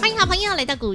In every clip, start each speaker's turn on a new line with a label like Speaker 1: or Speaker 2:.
Speaker 1: 欢迎好朋友来到股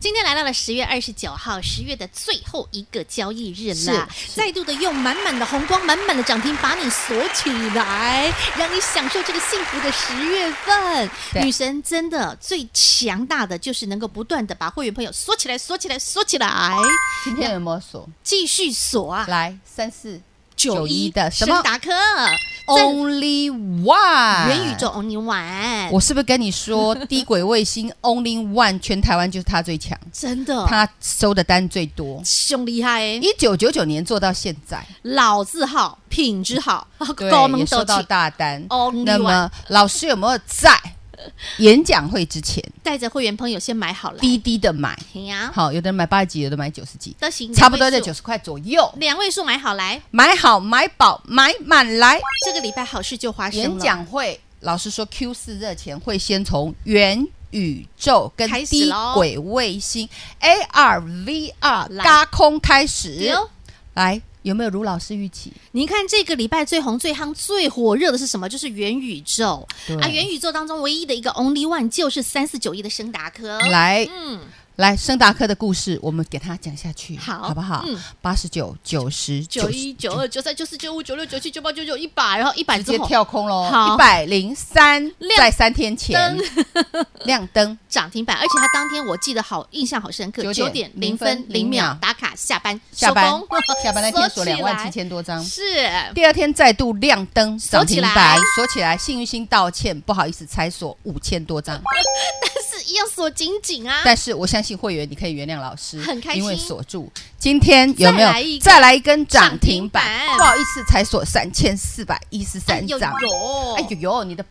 Speaker 1: 今天来到了十月二十九号，十月的最后一个交易日啦，
Speaker 2: 是是
Speaker 1: 再度的用满满的红光、满满的涨停把你锁起来，让你享受这个幸福的十月份。
Speaker 2: 对
Speaker 1: 女神真的最强大的就是能够不断的把会员朋友锁起来、锁起来、锁起来，
Speaker 2: 今天有没有锁？
Speaker 1: 继续锁啊！
Speaker 2: 来三四
Speaker 1: 九一
Speaker 2: 的什
Speaker 1: 深
Speaker 2: 么哎
Speaker 1: 达科，真
Speaker 2: ？Only One
Speaker 1: 元宇宙。Only One，
Speaker 2: 我是不是跟你说，低轨卫星 Only One 全台湾就是它最强，
Speaker 1: 真的，
Speaker 2: 它收的单最多。
Speaker 1: 凶厉害欸，
Speaker 2: 一九九九年做到现在，
Speaker 1: 老字号，品质好，高
Speaker 2: 对，
Speaker 1: 能
Speaker 2: 也收
Speaker 1: 得
Speaker 2: 到
Speaker 1: 气，
Speaker 2: 大单。
Speaker 1: Only
Speaker 2: 那
Speaker 1: One
Speaker 2: 么老师有没有在演讲会之前
Speaker 1: 带着会员朋友先买好了。
Speaker 2: 低低的买？
Speaker 1: 行啊，
Speaker 2: 好，有的人买八十几，有的买九十几，
Speaker 1: 都行，
Speaker 2: 差不多在
Speaker 1: 两位
Speaker 2: 九
Speaker 1: 数
Speaker 2: 十块左右。
Speaker 1: 两位数买好来。
Speaker 2: 买好买饱买满来，
Speaker 1: 这个礼拜好事就发生了。
Speaker 2: 演讲会老师说 Q 四热钱会先从元宇宙跟
Speaker 1: 开始
Speaker 2: 低
Speaker 1: 咯
Speaker 2: 轨卫星 AR VR
Speaker 1: 来
Speaker 2: 嘎空开
Speaker 1: 哎
Speaker 2: 始
Speaker 1: 呦，
Speaker 2: 来。有没有如老师预期？
Speaker 1: 你看这个礼拜最红、最夯、最火热的是什么？就是元宇宙
Speaker 2: 对
Speaker 1: 啊！元宇宙当中唯一的一个 only one 就是三四九一的升达科。，
Speaker 2: 来
Speaker 1: 嗯，
Speaker 2: 来，升达科的故事，我们给他讲下去，
Speaker 1: 好
Speaker 2: 好不好
Speaker 1: 嗯？
Speaker 2: 八十九、九十、
Speaker 1: 九一、九二、九三、九四、九五、九六、九七、九八、九九、一百，然后一百
Speaker 2: 直
Speaker 1: 之
Speaker 2: 接
Speaker 1: 后
Speaker 2: 跳空喽，
Speaker 1: 好
Speaker 2: 一百零三，
Speaker 1: 亮
Speaker 2: 在三 天前亮灯，
Speaker 1: 涨停板，而且它当天我记得好，印象好深刻，九
Speaker 2: 9
Speaker 1: 点
Speaker 2: 点
Speaker 1: 零
Speaker 2: 0
Speaker 1: 分
Speaker 2: 分
Speaker 1: 零
Speaker 2: 0
Speaker 1: 秒
Speaker 2: 秒
Speaker 1: 打卡下班，
Speaker 2: 下班
Speaker 1: 收工
Speaker 2: 下班那天
Speaker 1: 锁
Speaker 2: 锁
Speaker 1: 起
Speaker 2: 两
Speaker 1: 来
Speaker 2: 万七千多张，
Speaker 1: 是
Speaker 2: 第二天再度亮灯
Speaker 1: 锁
Speaker 2: 涨
Speaker 1: 起
Speaker 2: 停
Speaker 1: 来
Speaker 2: 板，锁起来，幸运星道歉，不好意思，才锁五千多 张，
Speaker 1: 是一样锁紧紧啊，
Speaker 2: 但是我相信会员你可以原谅老师，
Speaker 1: 很开心
Speaker 2: 因为锁住。今天有没
Speaker 1: 再来一
Speaker 2: 有
Speaker 1: 个
Speaker 2: 再来一根涨停板
Speaker 1: 涨停板？
Speaker 2: 不好意思，才锁三千四百一十
Speaker 1: 哎
Speaker 2: 三
Speaker 1: 呦
Speaker 2: 张，
Speaker 1: 呦，
Speaker 2: 哎呦呦，你的。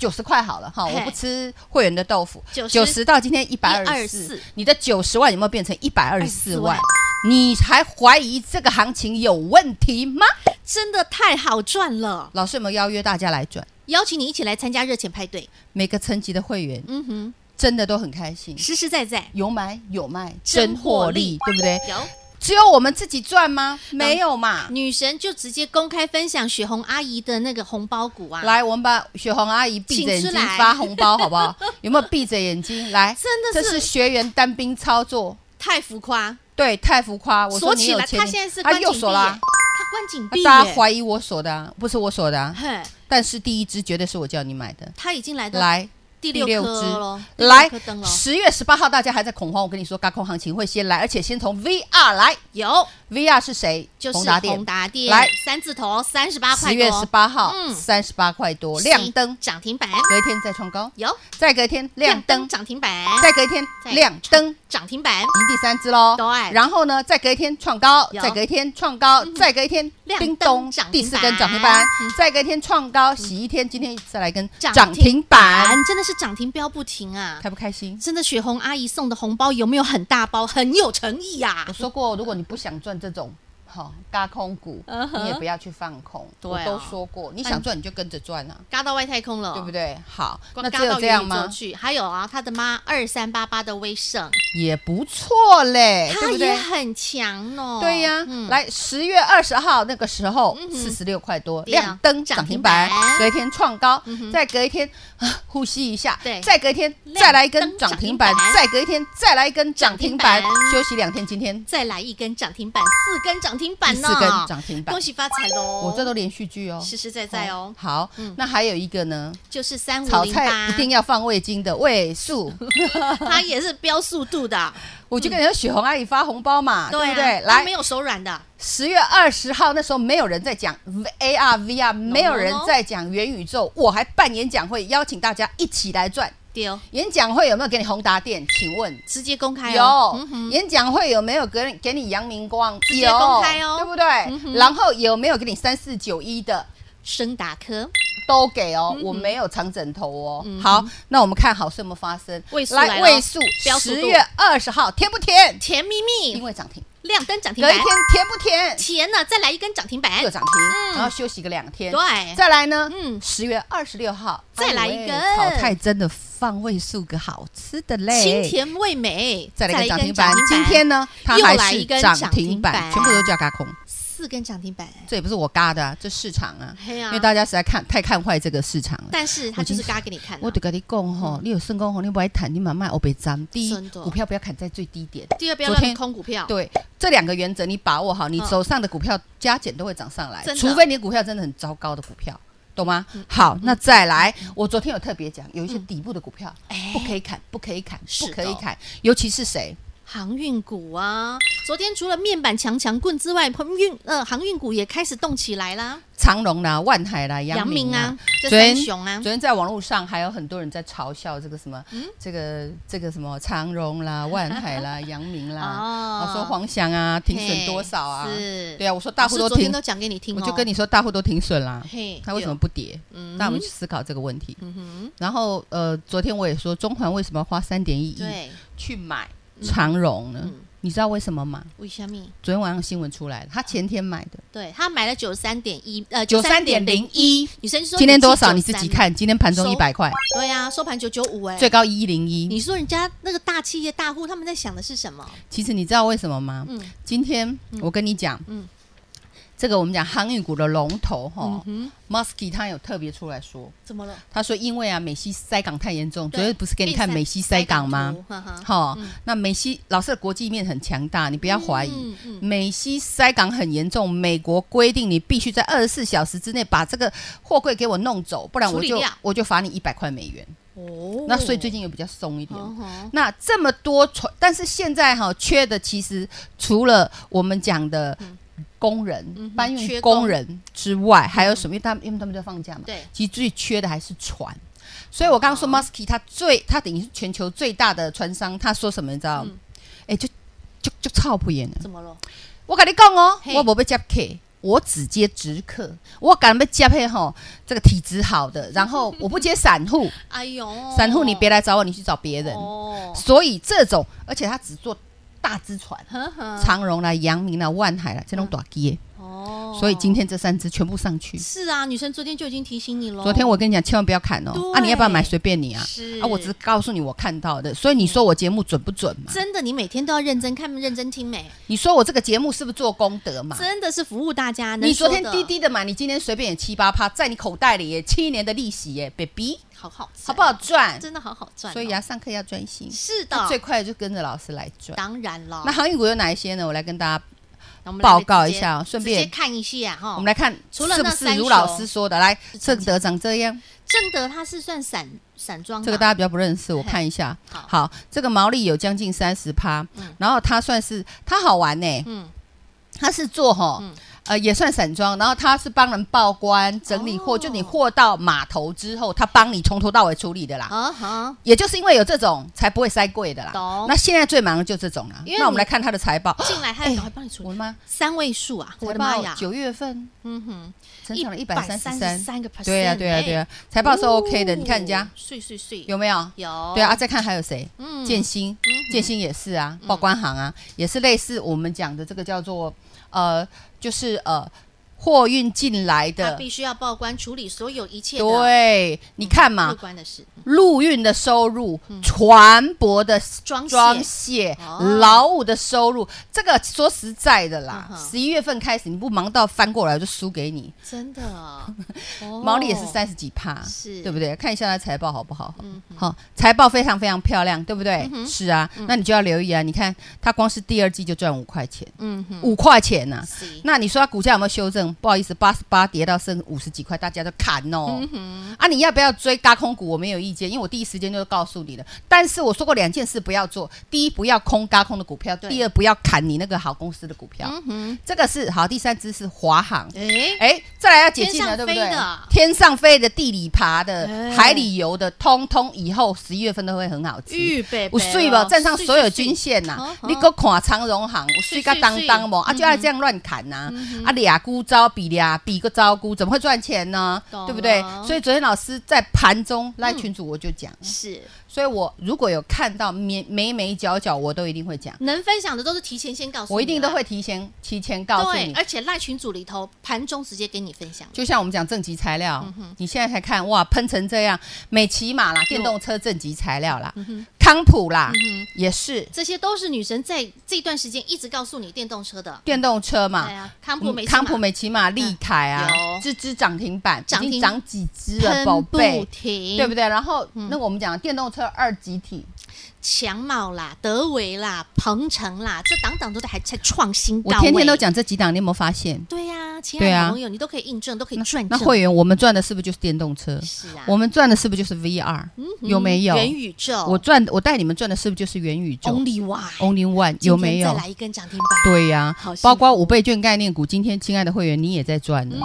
Speaker 2: 九十块好了哈，
Speaker 1: 嘿
Speaker 2: 我不吃会员的豆腐。
Speaker 1: 90
Speaker 2: 九十到今天一百二
Speaker 1: 124
Speaker 2: 十四，你的九十万有没有变成一百二十
Speaker 1: 24
Speaker 2: 四
Speaker 1: 万
Speaker 2: 万？你还怀疑这个行情有问题吗？
Speaker 1: 真的太好赚了！
Speaker 2: 老师有没有邀约大家来转？
Speaker 1: 邀请你一起来参加热钱派对，
Speaker 2: 每个层级的会员
Speaker 1: 嗯哼，
Speaker 2: 真的都很开心，
Speaker 1: 实实在在
Speaker 2: 有买有卖，
Speaker 1: 真
Speaker 2: 真
Speaker 1: 获
Speaker 2: 获
Speaker 1: 利嗯
Speaker 2: 利，对不对？
Speaker 1: 有
Speaker 2: 只有我们自己赚吗？没有嘛。
Speaker 1: 女神就直接公开分享雪红阿姨的那个红包股啊，
Speaker 2: 来，我们把雪红阿姨闭着眼
Speaker 1: 请
Speaker 2: 睛
Speaker 1: 出来
Speaker 2: 发红包，好 不好？有没有闭着眼睛？来，
Speaker 1: 真的
Speaker 2: 这
Speaker 1: 是
Speaker 2: 是学员单兵操作，
Speaker 1: 太浮夸，
Speaker 2: 对，太浮夸。我
Speaker 1: 锁
Speaker 2: 说你
Speaker 1: 起
Speaker 2: 有
Speaker 1: 来，
Speaker 2: 钱，
Speaker 1: 她现在是
Speaker 2: 啊
Speaker 1: 关紧
Speaker 2: 又
Speaker 1: 闭耶，
Speaker 2: 锁啦
Speaker 1: 她。关紧
Speaker 2: 啊
Speaker 1: 闭
Speaker 2: 大家
Speaker 1: 耶，
Speaker 2: 怀疑我锁的、啊，不是我锁的、啊，
Speaker 1: 嘿，
Speaker 2: 但是第一支绝对是我叫你买的。
Speaker 1: 她已经来到
Speaker 2: 来，
Speaker 1: 第
Speaker 2: 第
Speaker 1: 六
Speaker 2: 六
Speaker 1: 颗咯
Speaker 2: 支，来
Speaker 1: 第六颗灯，咯
Speaker 2: 十月十八号大家还在恐慌，我跟你说，高空行情会先来，而且先从 VR 来
Speaker 1: 有
Speaker 2: ，VR 是谁？
Speaker 1: 就是
Speaker 2: 宏达电
Speaker 1: 宏。达电，
Speaker 2: 来
Speaker 1: 三字头三十八块
Speaker 2: 十
Speaker 1: 多，
Speaker 2: 月十八号
Speaker 1: 嗯，
Speaker 2: 三十八块多，
Speaker 1: 是
Speaker 2: 亮灯，
Speaker 1: 涨停板，
Speaker 2: 隔一天再创高，
Speaker 1: 有
Speaker 2: 再隔一天亮灯，
Speaker 1: 涨停板，
Speaker 2: 再隔一天
Speaker 1: 再
Speaker 2: 亮灯。
Speaker 1: 涨停板
Speaker 2: 已经第三支喽，
Speaker 1: 对
Speaker 2: 然后呢，再隔一天创高，
Speaker 1: 有嗯
Speaker 2: 再隔一天创高，再隔一天
Speaker 1: 亮灯
Speaker 2: 叮咚
Speaker 1: 涨停板，
Speaker 2: 第四根涨停板
Speaker 1: 嗯，
Speaker 2: 再隔一天创高，洗一天，今天再来一根
Speaker 1: 涨
Speaker 2: 涨停板，
Speaker 1: 板，真的是涨停标不停啊！
Speaker 2: 开不开心？
Speaker 1: 真的雪红阿姨送的红包有没有很大包，很有诚意啊呀、
Speaker 2: 我说过，如果你不想赚这种好嘎空股，
Speaker 1: 嗯哼
Speaker 2: 你也不要去放空。
Speaker 1: 对
Speaker 2: 我
Speaker 1: 啊
Speaker 2: 都说过，你想赚你就跟着赚啊，
Speaker 1: 嘎到外太空了，
Speaker 2: 对不？对？好，那只
Speaker 1: 嘎
Speaker 2: 有
Speaker 1: 到
Speaker 2: 这
Speaker 1: 元宇
Speaker 2: 样
Speaker 1: 宙
Speaker 2: 吗？
Speaker 1: 去，还有啊，他的妈二三八八的威盛，
Speaker 2: 也不错嘞，
Speaker 1: 他
Speaker 2: 对不
Speaker 1: 也
Speaker 2: 对？
Speaker 1: 很强哦。
Speaker 2: 对呀
Speaker 1: 嗯，
Speaker 2: 来十月二十号那个时候
Speaker 1: 嗯，哼
Speaker 2: 四十六块多
Speaker 1: 亮
Speaker 2: 亮灯
Speaker 1: 涨
Speaker 2: 涨
Speaker 1: 停
Speaker 2: 停
Speaker 1: 板
Speaker 2: 板，隔一天创高
Speaker 1: 嗯哼，
Speaker 2: 再隔一天 啊呼吸一下
Speaker 1: 对，
Speaker 2: 再隔一天
Speaker 1: 亮
Speaker 2: 再来一
Speaker 1: 灯
Speaker 2: 根涨停板
Speaker 1: 涨停板，
Speaker 2: 再隔一天再来一根涨停
Speaker 1: 涨
Speaker 2: 板
Speaker 1: 停板，
Speaker 2: 休息两天，今天
Speaker 1: 再来一根涨停板，四根涨停板
Speaker 2: 第
Speaker 1: 呢、
Speaker 2: 四根涨停板
Speaker 1: 恭，喜发财喽！
Speaker 2: 我这都连续剧哦，
Speaker 1: 实实在在哦，
Speaker 2: 好
Speaker 1: 嗯，
Speaker 2: 那还有一个呢，
Speaker 1: 就是三五
Speaker 2: 炒
Speaker 1: 零
Speaker 2: 菜
Speaker 1: 八，
Speaker 2: 一定要放味精的 味素，
Speaker 1: 它也是标速度的，
Speaker 2: 我就跟你说，雪红阿姨发红包嘛，啊对
Speaker 1: 啊，
Speaker 2: 不对？
Speaker 1: 它没
Speaker 2: 来，
Speaker 1: 有手软的，
Speaker 2: 十月二十号那时候没有人在讲
Speaker 1: 哦
Speaker 2: AR VR，没有人在讲元宇宙，我还办演讲会，邀请大家一起来赚。
Speaker 1: 丢，
Speaker 2: 演讲会有没有给你宏达电？请问
Speaker 1: 直接公开
Speaker 2: 有、
Speaker 1: 哦嗯哼
Speaker 2: 演讲会有没有给给你阳明光？
Speaker 1: 直接
Speaker 2: 有，
Speaker 1: 公开哦
Speaker 2: 对不对？
Speaker 1: 哼
Speaker 2: 然后有没有给你三四九一的？
Speaker 1: 升达科
Speaker 2: 都给哦，
Speaker 1: 嗯哼
Speaker 2: 我没有长枕头哦。
Speaker 1: 嗯哼
Speaker 2: 好，那我们看好事有没有发生？
Speaker 1: 位数来
Speaker 2: 来
Speaker 1: 咯
Speaker 2: 位数
Speaker 1: 标，速度
Speaker 2: 十月二十号甜不甜？
Speaker 1: 甜蜜
Speaker 2: 因
Speaker 1: 蜜
Speaker 2: 为涨停，
Speaker 1: 亮灯涨停
Speaker 2: 隔一
Speaker 1: 板
Speaker 2: 天，甜不甜？
Speaker 1: 钱呢再来一根涨停板
Speaker 2: 又，涨
Speaker 1: 嗯
Speaker 2: 停，然后休息个两天。
Speaker 1: 对，
Speaker 2: 再来呢？
Speaker 1: 嗯
Speaker 2: 嗯，十月二十六号
Speaker 1: 再来一
Speaker 2: 哎呦喂
Speaker 1: 根
Speaker 2: 炒菜，真的放位数个好吃的嘞，
Speaker 1: 清甜味美，
Speaker 2: 再来一个涨停板。今天呢，它
Speaker 1: 又
Speaker 2: 还
Speaker 1: 来一
Speaker 2: 是
Speaker 1: 根
Speaker 2: 涨
Speaker 1: 涨停
Speaker 2: 停
Speaker 1: 板
Speaker 2: 板，全部都叫嘎空。
Speaker 1: 四根涨停板，
Speaker 2: 这也不是我嘎的啊，这市场啊，
Speaker 1: 嘿啊
Speaker 2: 因为大家实在看太看坏这个市场了。
Speaker 1: 但是它就是嘎给你看啊，
Speaker 2: 我得跟你讲吼，你有成功吼，你不爱谈，你慢慢欧被涨。第
Speaker 1: 真
Speaker 2: 一，
Speaker 1: 的
Speaker 2: 股票不要砍在最低点。
Speaker 1: 第二不要
Speaker 2: 昨
Speaker 1: 乱
Speaker 2: 天
Speaker 1: 空股票，
Speaker 2: 对，这两个原则你把握好，你
Speaker 1: 嗯
Speaker 2: 手上的股票加减都会涨上来
Speaker 1: 真，的嗯
Speaker 2: 除非你的股票真的很糟糕的股票，懂吗？好，那再来，我昨天有特别讲，有一些底部的股票
Speaker 1: 哎
Speaker 2: 不可以砍，不可以砍，
Speaker 1: 是
Speaker 2: 不
Speaker 1: 的
Speaker 2: 可以砍，尤其是谁？
Speaker 1: 航运股啊，昨天除了面板强强棍之外，航运呃航运股也开始动起来啦，
Speaker 2: 长隆啦、万海啦、
Speaker 1: 阳
Speaker 2: 阳
Speaker 1: 明
Speaker 2: 明啊
Speaker 1: 啊。，这
Speaker 2: 昨天
Speaker 1: 三雄啊
Speaker 2: 昨，天在网络上还有很多人在嘲笑这个什么，
Speaker 1: 嗯
Speaker 2: 这个这个什么长荣啦、万 海啦、阳明啦，
Speaker 1: 哦
Speaker 2: 啊说黄翔啊停损
Speaker 1: 嘿
Speaker 2: 多少啊？
Speaker 1: 是，
Speaker 2: 对啊，我说大
Speaker 1: 老
Speaker 2: 户
Speaker 1: 师
Speaker 2: 都
Speaker 1: 昨天
Speaker 2: 停
Speaker 1: 都，讲给你听哦，
Speaker 2: 我就跟你说大户都停损啦，
Speaker 1: 嘿，
Speaker 2: 它为什么
Speaker 1: 对？
Speaker 2: 不跌？
Speaker 1: 嗯
Speaker 2: 那我们去思考这个问题。
Speaker 1: 嗯哼，
Speaker 2: 然后呃，昨天我也说中环为什么要花三点一亿
Speaker 1: 对，
Speaker 2: 去买长荣呢？
Speaker 1: 嗯
Speaker 2: 你知道为什么吗？
Speaker 1: 为什么？
Speaker 2: 昨天晚上新闻出来了，他前天买的
Speaker 1: 对他买了九嗯三点一，呃，
Speaker 2: 九三点零，一，
Speaker 1: 女生说
Speaker 2: 今天多少
Speaker 1: 9793
Speaker 2: 你自己？看，今天盘中
Speaker 1: 收
Speaker 2: 一百块，
Speaker 1: 对呀、收盘九九五哎，
Speaker 2: 最高一零一。
Speaker 1: 你说人家那个大企业大户他们在想的是什么？
Speaker 2: 其实你知道为什么吗？
Speaker 1: 嗯
Speaker 2: 今天我跟你讲，
Speaker 1: 嗯
Speaker 2: 这个我们讲航运股的龙头
Speaker 1: 嗯
Speaker 2: 哈、
Speaker 1: 哼，
Speaker 2: m u s k y 他有特别出来说，
Speaker 1: 怎么了？
Speaker 2: 他说因为啊美西塞港太严重，
Speaker 1: 对
Speaker 2: 昨天不是给你
Speaker 1: 变
Speaker 2: 看
Speaker 1: 塞
Speaker 2: 美西塞港吗？
Speaker 1: 图？哈哈，
Speaker 2: 哈、
Speaker 1: 嗯
Speaker 2: 那美西老师的国际面很强大，你不要怀疑。
Speaker 1: 嗯嗯
Speaker 2: 美西塞港很严重，美国规定你必须在二十四小时之内把这个货柜给我弄走，不然我
Speaker 1: 处理
Speaker 2: 就
Speaker 1: 掉
Speaker 2: 我就罚你一百块美元。
Speaker 1: 哦
Speaker 2: 那所以最近又比较松一点。
Speaker 1: 嗯哼
Speaker 2: 那这么多船，但是现在哈、缺的其实除了我们讲的工人、
Speaker 1: 嗯哼
Speaker 2: 搬
Speaker 1: 缺
Speaker 2: 运
Speaker 1: 工
Speaker 2: 工人之外，还有什么？因为他们因为他们就放假嘛，
Speaker 1: 对哦
Speaker 2: 其实最缺的还是船。所以我刚刚说 m u s k y 他最他等于是全球最大的船商，他说什么你知道
Speaker 1: 嗯
Speaker 2: 吗？哎、就就就操不严了。
Speaker 1: 怎么了？
Speaker 2: 我跟你讲哦
Speaker 1: 嘿，
Speaker 2: 我不被接客，我只接直客。我敢被接配吼，这个体质好的，然后我不接散 户，
Speaker 1: 哎呦，
Speaker 2: 散户你别来找我，你去找别人。
Speaker 1: 哦，
Speaker 2: 所以这种，而且他只做大只船，
Speaker 1: 呵呵，
Speaker 2: 长荣啦、阳明啦、万海啦这种短基的，
Speaker 1: 哦
Speaker 2: 所以今天这三只全部上去。
Speaker 1: 是啊，女生昨天就已经提醒你了。
Speaker 2: 昨天我跟你讲，千万不要砍哦
Speaker 1: 哦对！
Speaker 2: 啊，你要不要买随便你啊
Speaker 1: 是！
Speaker 2: 啊，我只是告诉你我看到的，所以你说我节目准不准嘛？
Speaker 1: 真的，你每天都要认真看、认真听没？
Speaker 2: 你说我这个节目是不是做功德嘛？
Speaker 1: 真的是服务大家。能
Speaker 2: 你昨
Speaker 1: 说
Speaker 2: 天
Speaker 1: 的
Speaker 2: 低低的买，你今天随便也七八趴，在你口袋里耶，七年的利息耶，baby，
Speaker 1: 好好赚哦
Speaker 2: 好不好？赚？
Speaker 1: 真的好好赚哦。
Speaker 2: 所以啊，上课要专心，
Speaker 1: 是啊的
Speaker 2: 那，最快就跟着老师来赚。
Speaker 1: 当然了。
Speaker 2: 那航运股有哪一些呢？我来跟大家
Speaker 1: 那我们来
Speaker 2: 报告
Speaker 1: 直
Speaker 2: 一
Speaker 1: 接
Speaker 2: 下哦顺便
Speaker 1: 直接看一下哈。
Speaker 2: 我们来看，
Speaker 1: 哦除了
Speaker 2: 是
Speaker 1: 那
Speaker 2: 不
Speaker 1: 三
Speaker 2: 是
Speaker 1: 首
Speaker 2: 如老师说的，来
Speaker 1: 是
Speaker 2: 正德长这样，
Speaker 1: 正德它是算散散装嘛，
Speaker 2: 这个大家比较不认识，我看一下。
Speaker 1: 好
Speaker 2: 这个毛利有将近三十趴
Speaker 1: 嗯，
Speaker 2: 然后它算是它好玩呢，
Speaker 1: 嗯
Speaker 2: 它是做哈
Speaker 1: 嗯。
Speaker 2: 呃，也算散装，然后它是帮人报关、整理货，
Speaker 1: 哦
Speaker 2: 就你货到码头之后，它帮你从头到尾处理的啦。
Speaker 1: 啊哈，
Speaker 2: 也就是因为有这种，才不会塞柜的啦
Speaker 1: 懂。
Speaker 2: 那现在最忙的就这种啦
Speaker 1: 因为。
Speaker 2: 那我们
Speaker 1: 你
Speaker 2: 来看它的财报，
Speaker 1: 进来还
Speaker 2: 哎
Speaker 1: 赶快帮你处
Speaker 2: 我
Speaker 1: 理
Speaker 2: 的妈，
Speaker 1: 三位数啊，
Speaker 2: 我
Speaker 1: 我的
Speaker 2: 的妈
Speaker 1: 妈
Speaker 2: 呀
Speaker 1: 呀，，
Speaker 2: 九月份
Speaker 1: 嗯哼，
Speaker 2: 成长了一百三十三，
Speaker 1: 三哦个 percent，哎
Speaker 2: 对呀、对呀、对呀、财报是 OK 的，你看人家
Speaker 1: 碎碎碎
Speaker 2: 有没有？
Speaker 1: 有
Speaker 2: 对啊，啊，再看还有谁？
Speaker 1: 哦嗯
Speaker 2: 建新，建新也是啊，报关行啊，也是类似我们讲的这个叫做呃，就是呃，货运进来
Speaker 1: 他
Speaker 2: 的。
Speaker 1: 必须要报关处理所有一切的啊嗯
Speaker 2: 对，你看
Speaker 1: 入
Speaker 2: 嘛，
Speaker 1: 关的事，
Speaker 2: 陆运的收入、船舶的
Speaker 1: 嗯装卸
Speaker 2: 装卸
Speaker 1: 哦、
Speaker 2: 劳务的收入，这个说实在的啦
Speaker 1: 嗯，哼
Speaker 2: 十一月份开始你不忙到翻过来，我就输给你。
Speaker 1: 真 的啊，哦
Speaker 2: 毛利也是，三十几趴，
Speaker 1: 是嗯
Speaker 2: 对不对？看一下它财报好不好？好，财报非常非常漂亮，对不对？是啊，
Speaker 1: 嗯
Speaker 2: 那你就要留意啊。你看它光是第二季就赚五块钱，
Speaker 1: 嗯哼，
Speaker 2: 五块钱呐。
Speaker 1: 是
Speaker 2: 那你说它股价有没有修正？不好意思，八十八跌到剩五十几块，大家都砍哦。
Speaker 1: 嗯
Speaker 2: 啊，你要不要追高空股？我没有意见，因为我第一时间就告诉你了。但是我说过两件事不要做：第一，不要空高空的股票；第二，不要砍你那个好公司的股票。
Speaker 1: 嗯哼，
Speaker 2: 这个是好。第三只是华航，
Speaker 1: 哎，
Speaker 2: 哎，再来要解禁了，对不
Speaker 1: 天上
Speaker 2: 对
Speaker 1: 飞的？
Speaker 2: 天上飞的、地里爬的、
Speaker 1: 哎
Speaker 2: 海里游的，通通以后十一月份都会很好吃。
Speaker 1: 预备，
Speaker 2: 有水
Speaker 1: 哦
Speaker 2: 吧，站上所有均线呐、
Speaker 1: 水水水
Speaker 2: 你搁看长荣行，有水
Speaker 1: 水
Speaker 2: 个当当嘛，
Speaker 1: 水
Speaker 2: 啊就爱这样乱砍呐、
Speaker 1: 嗯
Speaker 2: 啊俩估招比俩比个招估，怎么会赚钱呢
Speaker 1: 懂？啊
Speaker 2: 对不对
Speaker 1: 了？
Speaker 2: 所以昨天老师在盘中赖群主我就讲，
Speaker 1: 是
Speaker 2: 所以我如果有看到眉眉眉角角，我都一定会讲，
Speaker 1: 能分享的都是啊提前先告诉你啊，
Speaker 2: 我一定都会提前提前告诉
Speaker 1: 对，
Speaker 2: 你。
Speaker 1: 而且赖群组里头盘中直接给你分享，
Speaker 2: 就像我们讲正极材料，
Speaker 1: 嗯
Speaker 2: 你现在才看哇，喷成这样，美骑马啦，电动车正极材料
Speaker 1: 嗯
Speaker 2: 啦，康普啦，也是
Speaker 1: 这些都是女神在这段时间一直告诉你电动车的，
Speaker 2: 电动车嘛嗯
Speaker 1: 对。啊，康普美嗯
Speaker 2: 康普美骑马、利凯啊
Speaker 1: 有，
Speaker 2: 这只涨停板，
Speaker 1: 涨停
Speaker 2: 已经涨几只了，
Speaker 1: 喷嗯
Speaker 2: 宝
Speaker 1: 不
Speaker 2: 贝，
Speaker 1: 停，
Speaker 2: 对不对？然后那个我们讲的电动车二级体，
Speaker 1: 嗯强茂啦、德维啦、鹏程啦，这档档都在还在创新高、哎
Speaker 2: 我天天都。讲这几档，你有没有发现？
Speaker 1: 对呀、亲
Speaker 2: 对
Speaker 1: 爱
Speaker 2: 啊
Speaker 1: 的朋友，你都可以印证，都可以
Speaker 2: 那
Speaker 1: 转
Speaker 2: 那
Speaker 1: 正。
Speaker 2: 会员我们赚的是不是就是电动车？
Speaker 1: 嗯是啊，嗯
Speaker 2: 我们赚的是不是就是 VR？有没有？
Speaker 1: 元宇宙？
Speaker 2: 我赚，我带你们赚的是不是就是元宇宙
Speaker 1: Only One
Speaker 2: ？Only One 有没有
Speaker 1: 哦再？来一根涨停板，
Speaker 2: 对呀、
Speaker 1: 好幸福
Speaker 2: 包括五倍券概念股，今天亲爱的会员你也在赚呢，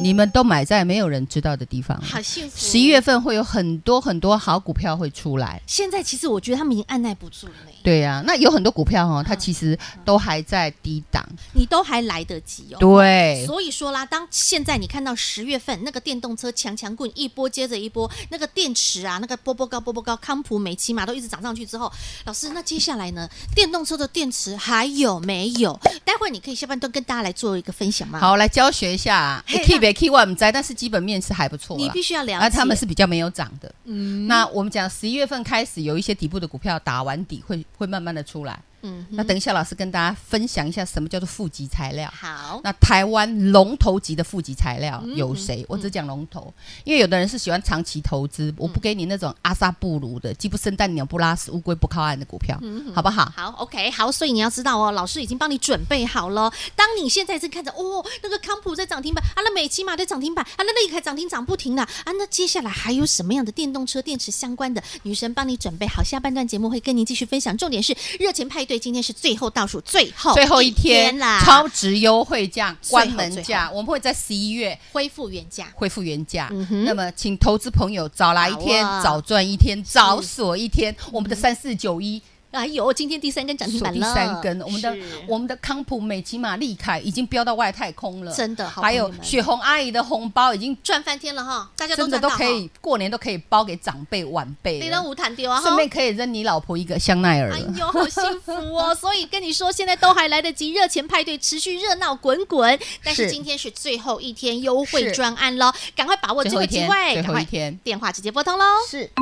Speaker 2: 你们都买在没有人知道的地方。
Speaker 1: 嗯好幸福。
Speaker 2: 十一月，份会有很多很多好股票会出来，
Speaker 1: 现在其实我觉得他们已经按耐不住了欸、
Speaker 2: 对呀、那有很多股票
Speaker 1: 嗯
Speaker 2: 哦，它其实都还在低档，
Speaker 1: 你都还来得及哦。
Speaker 2: 对，
Speaker 1: 所以说啦，当现在你看到十月份那个电动车强强棍一波接着一波，那个电池啊，那个波波高波波高，康普美骑马都一直涨上去之后，老师，那接下来呢，电动车的电池还有没有？待会你可以下半段跟大家来做一个分享吗？，
Speaker 2: 好来教学一下
Speaker 1: 嘿
Speaker 2: ，key 别 key 我们在，但是基本面是还不错啦，啊
Speaker 1: 你必须要了解。
Speaker 2: 那他们是比较没有涨的。嗯，那我们讲十一月份开始有一些底部的股票打完底会会慢慢的出来。
Speaker 1: 嗯哼，
Speaker 2: 那等一下老师跟大家分享一下什么叫做负极材料。
Speaker 1: 好，
Speaker 2: 那台湾龙头级的负极材料
Speaker 1: 嗯
Speaker 2: 有谁？我只讲龙头，因为有的人是喜欢长期投资，我不给你那种阿萨布鲁的，既不生蛋鸟不拉屎，乌龟不靠岸的股票，
Speaker 1: 嗯
Speaker 2: 好不好？
Speaker 1: 好，OK，好，所以你要知道哦，老师已经帮你准备好了。当你现在正看着哦，那个康普在涨停板，啊，那美骑马在涨停板，啊，那利凯涨停涨不停了，啊，那接下来还有什么样的电动车电池相关的？女神帮你准备好，下半段节目会跟您继续分享。重点是热钱派对今天是最后倒数，最后
Speaker 2: 最后一
Speaker 1: 哦天
Speaker 2: 天
Speaker 1: 啦，
Speaker 2: 超值优惠价、
Speaker 1: 最后
Speaker 2: 关门
Speaker 1: 最
Speaker 2: 价，我们会在十一月
Speaker 1: 恢复原价。
Speaker 2: 恢复原价
Speaker 1: 嗯哼。啊
Speaker 2: 那么，请投资朋友早来一天
Speaker 1: 把握，
Speaker 2: 早赚一天，早锁一
Speaker 1: 嗯
Speaker 2: 天。我们的三四九一
Speaker 1: 哎呦，今天第三根涨停
Speaker 2: 锁
Speaker 1: 板
Speaker 2: 第
Speaker 1: 了，
Speaker 2: 三根，我们的
Speaker 1: 是
Speaker 2: 我们的康普美骑马利凯已经飙到外太空了，
Speaker 1: 真的好
Speaker 2: 还
Speaker 1: 朋
Speaker 2: 有
Speaker 1: 友们
Speaker 2: 雪红阿姨的红包已经
Speaker 1: 赚翻天了哈，大家都
Speaker 2: 真的
Speaker 1: 赚
Speaker 2: 都
Speaker 1: 到哈
Speaker 2: 可，以过年都可以包给长辈晚辈
Speaker 1: 你
Speaker 2: 了，
Speaker 1: 都无谈丢啊哈，
Speaker 2: 顺便可以扔你老婆一个香奈儿
Speaker 1: 哎
Speaker 2: 了。
Speaker 1: 呦，好幸福 哦！所以跟你说，现在都还来得及，热钱派对持续热闹滚滚。但是
Speaker 2: 是
Speaker 1: 今天是最后一天优惠
Speaker 2: 是
Speaker 1: 专案喽，赶快把握
Speaker 2: 最
Speaker 1: 这
Speaker 2: 后
Speaker 1: 个
Speaker 2: 一
Speaker 1: 机
Speaker 2: 天，
Speaker 1: 会，
Speaker 2: 最
Speaker 1: 赶
Speaker 2: 后一
Speaker 1: 快哦
Speaker 2: 天
Speaker 1: 电话直接拨通喽。
Speaker 2: 是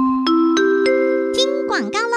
Speaker 1: 广告喽，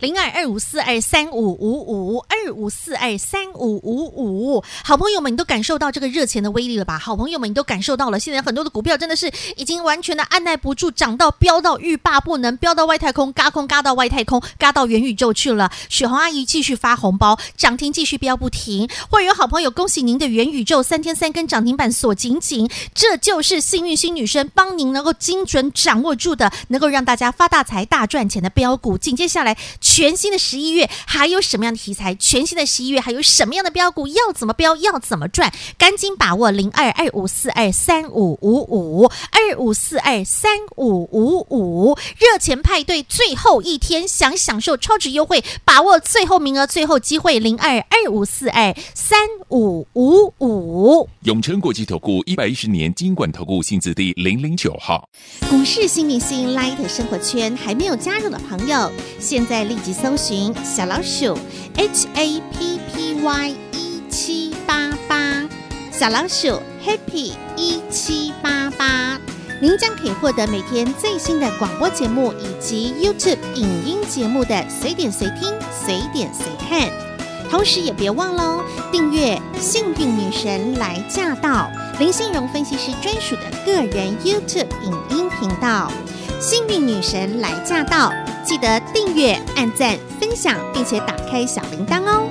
Speaker 1: 零二二五四二三五五五二五四二三五五五。好朋友们，你都感受到这个热钱的威力了吧？好朋友们，你都感受到了，现在很多的股票真的是已经完全的按耐不住，涨到飙到欲罢不能，飙到外太空，嘎空嘎到外太空，嘎到元宇宙去了。雪红阿姨继续发红包，涨停继续飙不停。会员好朋友，恭喜您的元宇宙三天三根涨停板锁紧紧，这就是幸运星女生帮您能够精准掌握住的，能够让大家发大财、大赚钱的标股。紧接下来，全新的十一月还有什么样的题材？全新的十一月还有什么样的标股？要怎么标？要怎么赚？赶紧把握零二二五四二三五五五二五四二三五五五热钱派对最后一天，想享受超值优惠，把握最后名额、最后机会，零二二五四二三五五五。
Speaker 3: 永诚国际投顾一百一十年金管投顾性质第零零九号。
Speaker 1: 股市新明星 Light 生活圈还没有加入的朋友，现在立即搜寻小老鼠 HAPPY 一 E 七八八，小老鼠 Happy 一七八八，您将可以获得每天最新的广播节目以及 YouTube 影音节目的随点随听、随点随看。同时也别忘喽，订阅《幸运女神来驾到》林信荣分析师专属的个人 YouTube 影音频道《幸运女神来驾到》，记得订阅、按赞、分享，并且打开小铃铛哦。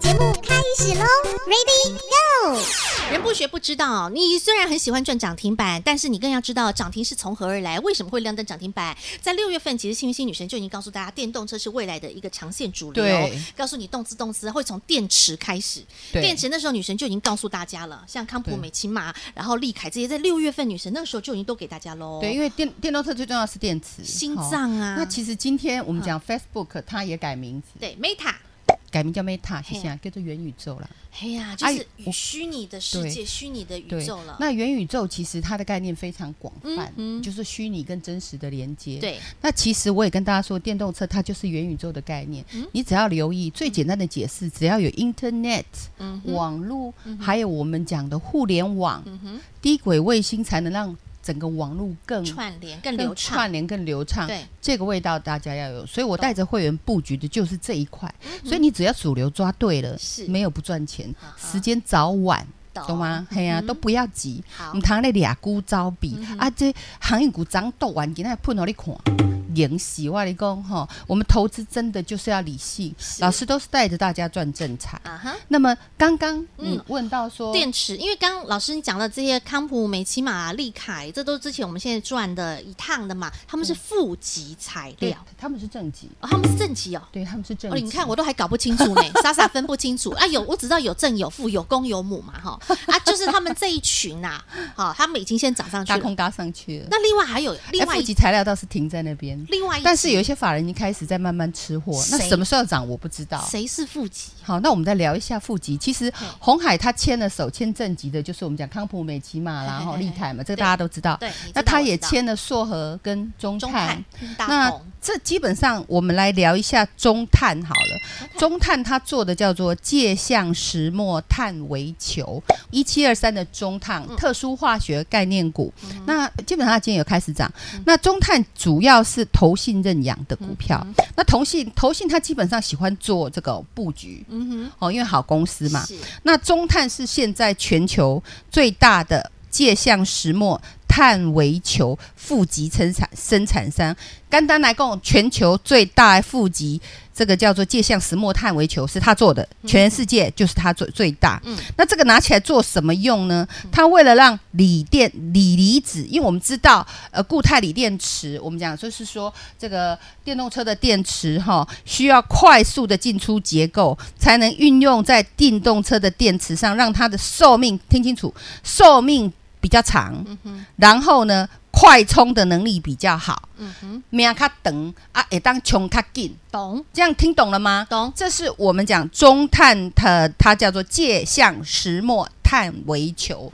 Speaker 4: 节目开始喽，Ready Go！
Speaker 1: 人不学不知道，你虽然很喜欢赚涨停板，但是你更要知道涨停是从何而来，为什么会亮灯涨停板？在六月份，其实幸运星女神就已经告诉大家，电动车是未来的一个长线主流
Speaker 2: 对，
Speaker 1: 告诉你动资动资会从电池开始。
Speaker 2: 对
Speaker 1: 电池那时候女神就已经告诉大家了，像康普
Speaker 2: 对
Speaker 1: 美、骑马，然后利凯这些，在六月份女神那个时候就已经都给大家喽。
Speaker 2: 对，因为电电动车最重要的是电池、
Speaker 1: 心
Speaker 2: 哦
Speaker 1: 脏啊嗯
Speaker 2: 那其实今天我们讲 Facebook，它也改名字，
Speaker 1: 对，Meta，
Speaker 2: 改名叫 Meta，谢
Speaker 1: 嘿
Speaker 2: 谢啊，叫做元宇宙啦。
Speaker 1: 哎呀，就是
Speaker 2: 哎我
Speaker 1: 虚拟的世界、虚拟的宇宙了。
Speaker 2: 那元宇宙其实它的概念非常广泛，
Speaker 1: 嗯嗯
Speaker 2: 就是虚拟跟真实的连接。。
Speaker 1: 对，
Speaker 2: 那其实我也跟大家说，电动车它就是元宇宙的概念。
Speaker 1: 嗯
Speaker 2: 你只要留意最简单的解释，只要有 Internet、
Speaker 1: 嗯哼，
Speaker 2: 网络，还有我们讲的互联网、
Speaker 1: 嗯哼，
Speaker 2: 低轨卫星，才能让整个网络更
Speaker 1: 串联更流畅。
Speaker 2: 串联嗯更流畅。
Speaker 1: 对，
Speaker 2: 这个味道大家要有。所以我带着会员布局的就是这一块。所以你只要主流抓对了，
Speaker 1: 嗯是
Speaker 2: 没有不赚钱
Speaker 1: 啊，哈
Speaker 2: 时间早晚。
Speaker 1: 懂嗯
Speaker 2: 懂吗？ 嘿呀、
Speaker 1: 嗯哼
Speaker 2: 都不要急
Speaker 1: 好，
Speaker 2: 唔通咧俩股招比、
Speaker 1: 嗯
Speaker 2: 啊！这行业股涨斗完，今天喷到你看，赢死我跟你讲吼！我们投资真的就是要理性，
Speaker 1: 是
Speaker 2: 老师都是带着大家赚正财。
Speaker 1: 啊哈。
Speaker 2: 那么刚刚
Speaker 1: 嗯
Speaker 2: 你问到说，
Speaker 1: 电池，因为刚刚老师你讲的这些康普、美骑马、利凯，这都是之前我们现在赚的一趟的嘛，他们是负极材
Speaker 2: 对
Speaker 1: 料，，
Speaker 2: 他们是正极，
Speaker 1: 哦，他们是正极哦。
Speaker 2: 对，他们是正
Speaker 1: 哦，
Speaker 2: 极。
Speaker 1: 你看我都还搞不清楚 呢，傻傻分不清楚啊。有我只知道有正有负，有公有母嘛，哈啊，就是他们这一群呐、啊，好、他们已经先涨上去
Speaker 2: 大
Speaker 1: 了。
Speaker 2: 空搭上去了。
Speaker 1: 那另外还有另外
Speaker 2: 哎负
Speaker 1: 一
Speaker 2: 极材料倒是停在那边，
Speaker 1: 另外一集，
Speaker 2: 但是有一些法人已经开始在慢慢吃货，那
Speaker 1: 谁
Speaker 2: 什么时候涨我不知道。
Speaker 1: 谁是负极？
Speaker 2: 好，那我们再聊一下负极。其实红海他签了手签正极的，就是我们讲康普美、骑马
Speaker 1: 嘿嘿
Speaker 2: 啦，然后
Speaker 1: 嘿
Speaker 2: 利凯嘛，这个
Speaker 1: 对
Speaker 2: 大家都知道。
Speaker 1: 对，你知道
Speaker 2: 啊那他也
Speaker 1: 我知道
Speaker 2: 签了硕和跟中
Speaker 1: 中嗯
Speaker 2: 碳
Speaker 1: 碳。、大
Speaker 2: 那
Speaker 1: 同，
Speaker 2: 这基本上我们来聊一下中碳好了。中碳它做的叫做界相石墨碳微球，一七二三的中碳特殊化学概念股。那基本上它今天有开始涨。那中碳主要是投信认养的股票。那投信投信它基本上喜欢做这个布局
Speaker 1: 嗯
Speaker 2: 哦，因为好公司
Speaker 1: 哼，
Speaker 2: 嘛。
Speaker 1: 是
Speaker 2: 那中碳是现在全球最大的界相石墨碳微球负极生产生产商。简单来讲，全球最大的负极这个叫做界相石墨碳微球是他做的，全世界就是他最最大。
Speaker 1: 嗯
Speaker 2: 那这个拿起来做什么用呢？它为了让锂电锂离子，因为我们知道，呃，固态锂电池，我们讲就是说，这个电动车的电池哈、需要快速的进出结构，才能运用在电动车的电池上，让它的寿命听清楚，寿命比较长，
Speaker 1: 嗯
Speaker 2: 然后呢，快充的能力比较好，
Speaker 1: 嗯哼，
Speaker 2: 命较长啊，也当穷较紧。
Speaker 1: 懂
Speaker 2: 这样听懂了吗？
Speaker 1: 懂
Speaker 2: 这是我们讲中碳的，它叫做界相石墨碳微球，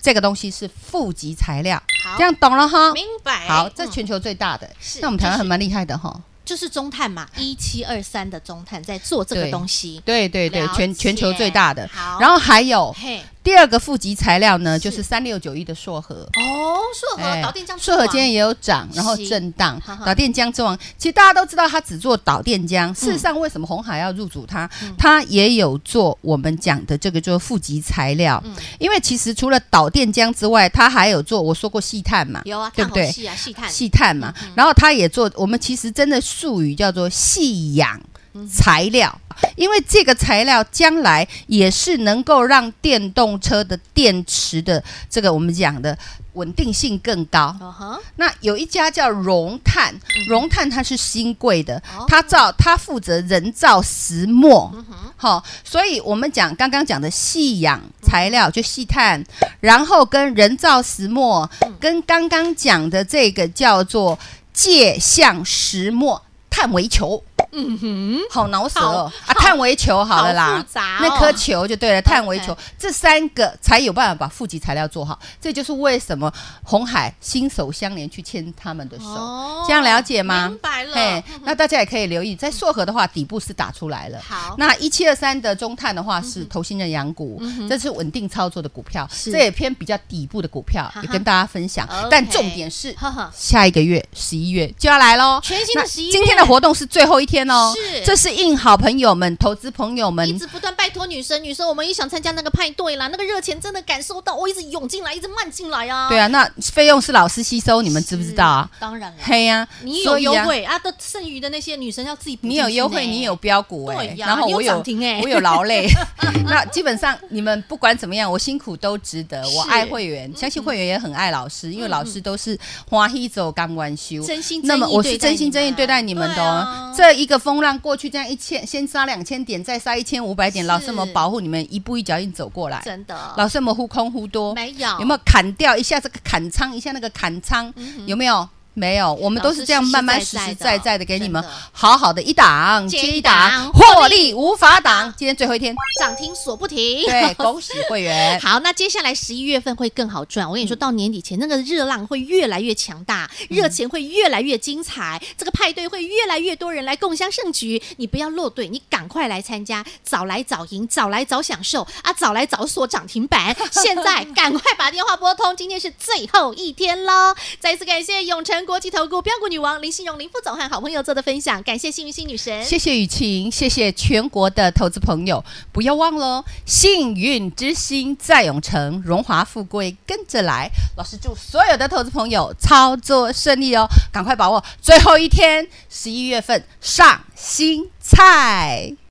Speaker 2: 这个东西是负极材料。
Speaker 1: 嗯好
Speaker 2: 这样懂了哈？
Speaker 1: 明白。
Speaker 2: 哦好，这
Speaker 1: 嗯
Speaker 2: 全球最大的
Speaker 1: 是，
Speaker 2: 那我们台湾
Speaker 1: 就是
Speaker 2: 很蛮厉害的哈。
Speaker 1: 就是中碳嘛，一七二三的中碳在做这个
Speaker 2: 对
Speaker 1: 东西。
Speaker 2: 对对对
Speaker 1: 了，解
Speaker 2: 全全球最大的。
Speaker 1: 好
Speaker 2: 然后还有
Speaker 1: 嘿，
Speaker 2: 第二个负极材料呢，
Speaker 1: 是
Speaker 2: 就是三六九一的硕和。
Speaker 1: 哦，硕和
Speaker 2: 哎
Speaker 1: 导电浆之
Speaker 2: 硕和今天
Speaker 1: 王
Speaker 2: 也有涨，然后
Speaker 1: 是
Speaker 2: 震荡
Speaker 1: 哈。哈嗯
Speaker 2: 导电浆之王，其实大家都知道它只做导电浆。事实上，为什么红海要入主它？它也有做我们讲的这个就是负极材料，
Speaker 1: 嗯
Speaker 2: 因为其实除了导电浆之外，它还有做我说过细碳嘛，
Speaker 1: 有啊，
Speaker 2: 对
Speaker 1: 碳
Speaker 2: 不
Speaker 1: 红
Speaker 2: 对？
Speaker 1: 系啊，细碳嗯
Speaker 2: 细碳嘛，然后它也做，我们其实真的术语叫做细氧
Speaker 1: 嗯
Speaker 2: 材料，因为这个材料将来也是能够让电动车的电池的这个我们讲的稳定性更高。
Speaker 1: 哦哼，
Speaker 2: 那有一家叫融碳，融碳它是新贵的
Speaker 1: 哦，
Speaker 2: 它造它负责人造石墨
Speaker 1: 哼，
Speaker 2: 好、所以我们讲刚刚讲的细氧材料就细碳，然后跟人造石墨，跟刚刚讲的这个叫做界相石墨碳微球。嗯哼，好挠舌哦啊！碳微球好了啦，
Speaker 1: 好复杂哦
Speaker 2: 那颗球就对了，碳微球这三个才有办法把负极材料做好，这就是为什么红海新手相连去牵他们的手，
Speaker 1: 哦
Speaker 2: 这样了解吗？
Speaker 1: 明白了
Speaker 2: 嘿
Speaker 1: 嗯哼
Speaker 2: 那大家也可以留意，在硕和的话，底部是打出来了。
Speaker 1: 好，嗯
Speaker 2: 那一七二三的中碳的话是投信的羊股，这是稳定操作的股票，
Speaker 1: 是
Speaker 2: 这也偏比较底部的股票
Speaker 1: 哈哈，
Speaker 2: 也跟大家分享
Speaker 1: OK。
Speaker 2: 但重点是
Speaker 1: 呵呵，
Speaker 2: 下一个月十一月就要来喽，
Speaker 1: 全新的
Speaker 2: 那
Speaker 1: 11月
Speaker 2: 今天的活动是最后一天哦，
Speaker 1: 是
Speaker 2: 这是应好朋友们、投资朋友们
Speaker 1: 一直不断拜拜托女生，女生我们也想参加那个派对啦，那个热钱真的感受到，我一直涌进来，一直漫进来啊。
Speaker 2: 对啊，那费用是老师吸收，你们知不知道啊？
Speaker 1: 是当然了，
Speaker 2: 嘿呀、
Speaker 1: 你有
Speaker 2: 所以
Speaker 1: 优
Speaker 2: 啊
Speaker 1: 惠啊，都剩余的那些女生要自己补进
Speaker 2: 你
Speaker 1: 去呢，
Speaker 2: 有优惠，你有标股哎、
Speaker 1: 对呀
Speaker 2: 然后
Speaker 1: 你有
Speaker 2: 我有
Speaker 1: 涨停哎
Speaker 2: 我有劳 累， 那基本上你们不管怎么样，我辛苦都值得。我
Speaker 1: 是嗯
Speaker 2: 爱会员，相信会员也很爱老师，因为老师都是花一走干弯修，
Speaker 1: 真心真意
Speaker 2: 那么我是真心真意对待你们的哦。
Speaker 1: 啊
Speaker 2: 这一个风浪过去，这样一千先杀两千点，再杀一千五百点，
Speaker 1: 是
Speaker 2: 老师们保护你们一步一脚印走过来，
Speaker 1: 真的
Speaker 2: 老师们忽空忽多，
Speaker 1: 啊没有
Speaker 2: 有没有砍掉一下这个砍仓，一下那个砍仓，有没有？没有，我们都是这样慢慢
Speaker 1: 老师
Speaker 2: 实
Speaker 1: 实实
Speaker 2: 实
Speaker 1: 在在的
Speaker 2: 在在的给你们
Speaker 1: 真的
Speaker 2: 好好的一档
Speaker 1: 接
Speaker 2: 接
Speaker 1: 一
Speaker 2: 一
Speaker 1: 档
Speaker 2: 档，
Speaker 1: 获
Speaker 2: 获
Speaker 1: 利
Speaker 2: 利无法挡。今天最后一天，
Speaker 1: 涨停锁不停。
Speaker 2: 对，恭喜会员。
Speaker 1: 好，那接下来十一月份会更好赚。我跟你说，到年底前那个热浪会越来越强大，热钱会越来越精彩，这个派对会越来越多人来共襄盛举。你不要落队，你赶快来参加，早来早赢，早来早享受啊，早来早锁涨停板。现在赶快把电话拨通，今天是最后一天喽！再次感谢永诚国际投顾标股女王林信荣林副总和好朋友做的分享，感谢幸运星女神。
Speaker 2: 谢谢雨晴，谢谢全国的投资朋友，不要忘了哦，幸运之星在永城，荣华富贵跟着来。老师祝所有的投资朋友操作顺利哦，赶快把握最后一天，十一月份上新菜。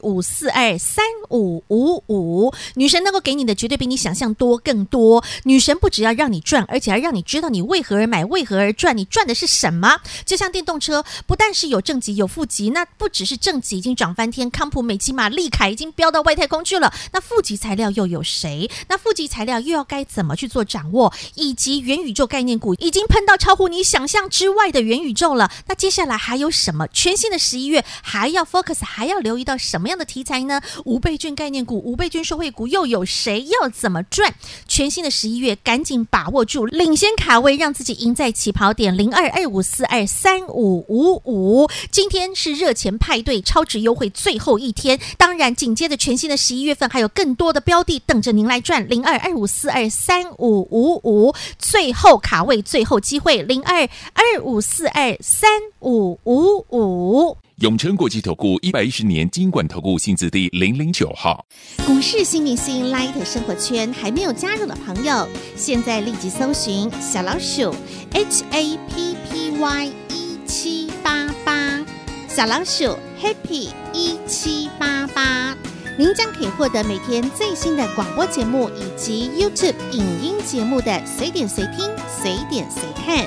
Speaker 1: 五四二三五五五，女神能够给你的绝对比你想象多更多。女神不只要让你赚，而且要让你知道你为何而买，为何而赚，你赚的是什么。就像电动车，不但是有正极有负极，那不只是正极已经涨翻天，康普、美骑马、利凯已经飙到外太空去了，那负极材料又有谁？那负极材料又要该怎么去做掌握？以及元宇宙概念股已经喷到超乎你想象之外的元宇宙了。那接下来还有什么全新的十一月还要 focus，还要留意到什么样的题材呢？无倍券概念股、无倍券受惠股又有谁要怎么赚？全新的十一月赶紧把握住，领先卡位，让自己赢在起跑点零二二五四二三五五五。今天是热钱派对超值优惠最后一天，当然紧接着全新的十一月份还有更多的标的等着您来赚零二二五四二三五五五，最后卡位，最后机会零二二五四二三五五五。
Speaker 3: 永诚国际投顾一百一十年金管投顾性质第零零九号，
Speaker 5: 股市新明星 Light 生活圈还没有加入的朋友，现在立即搜寻小老鼠 HAPPY 一 E 七八八，小老鼠 Happy 一七八八，您将可以获得每天最新的广播节目以及 YouTube 影音节目的随点随听、随点随看。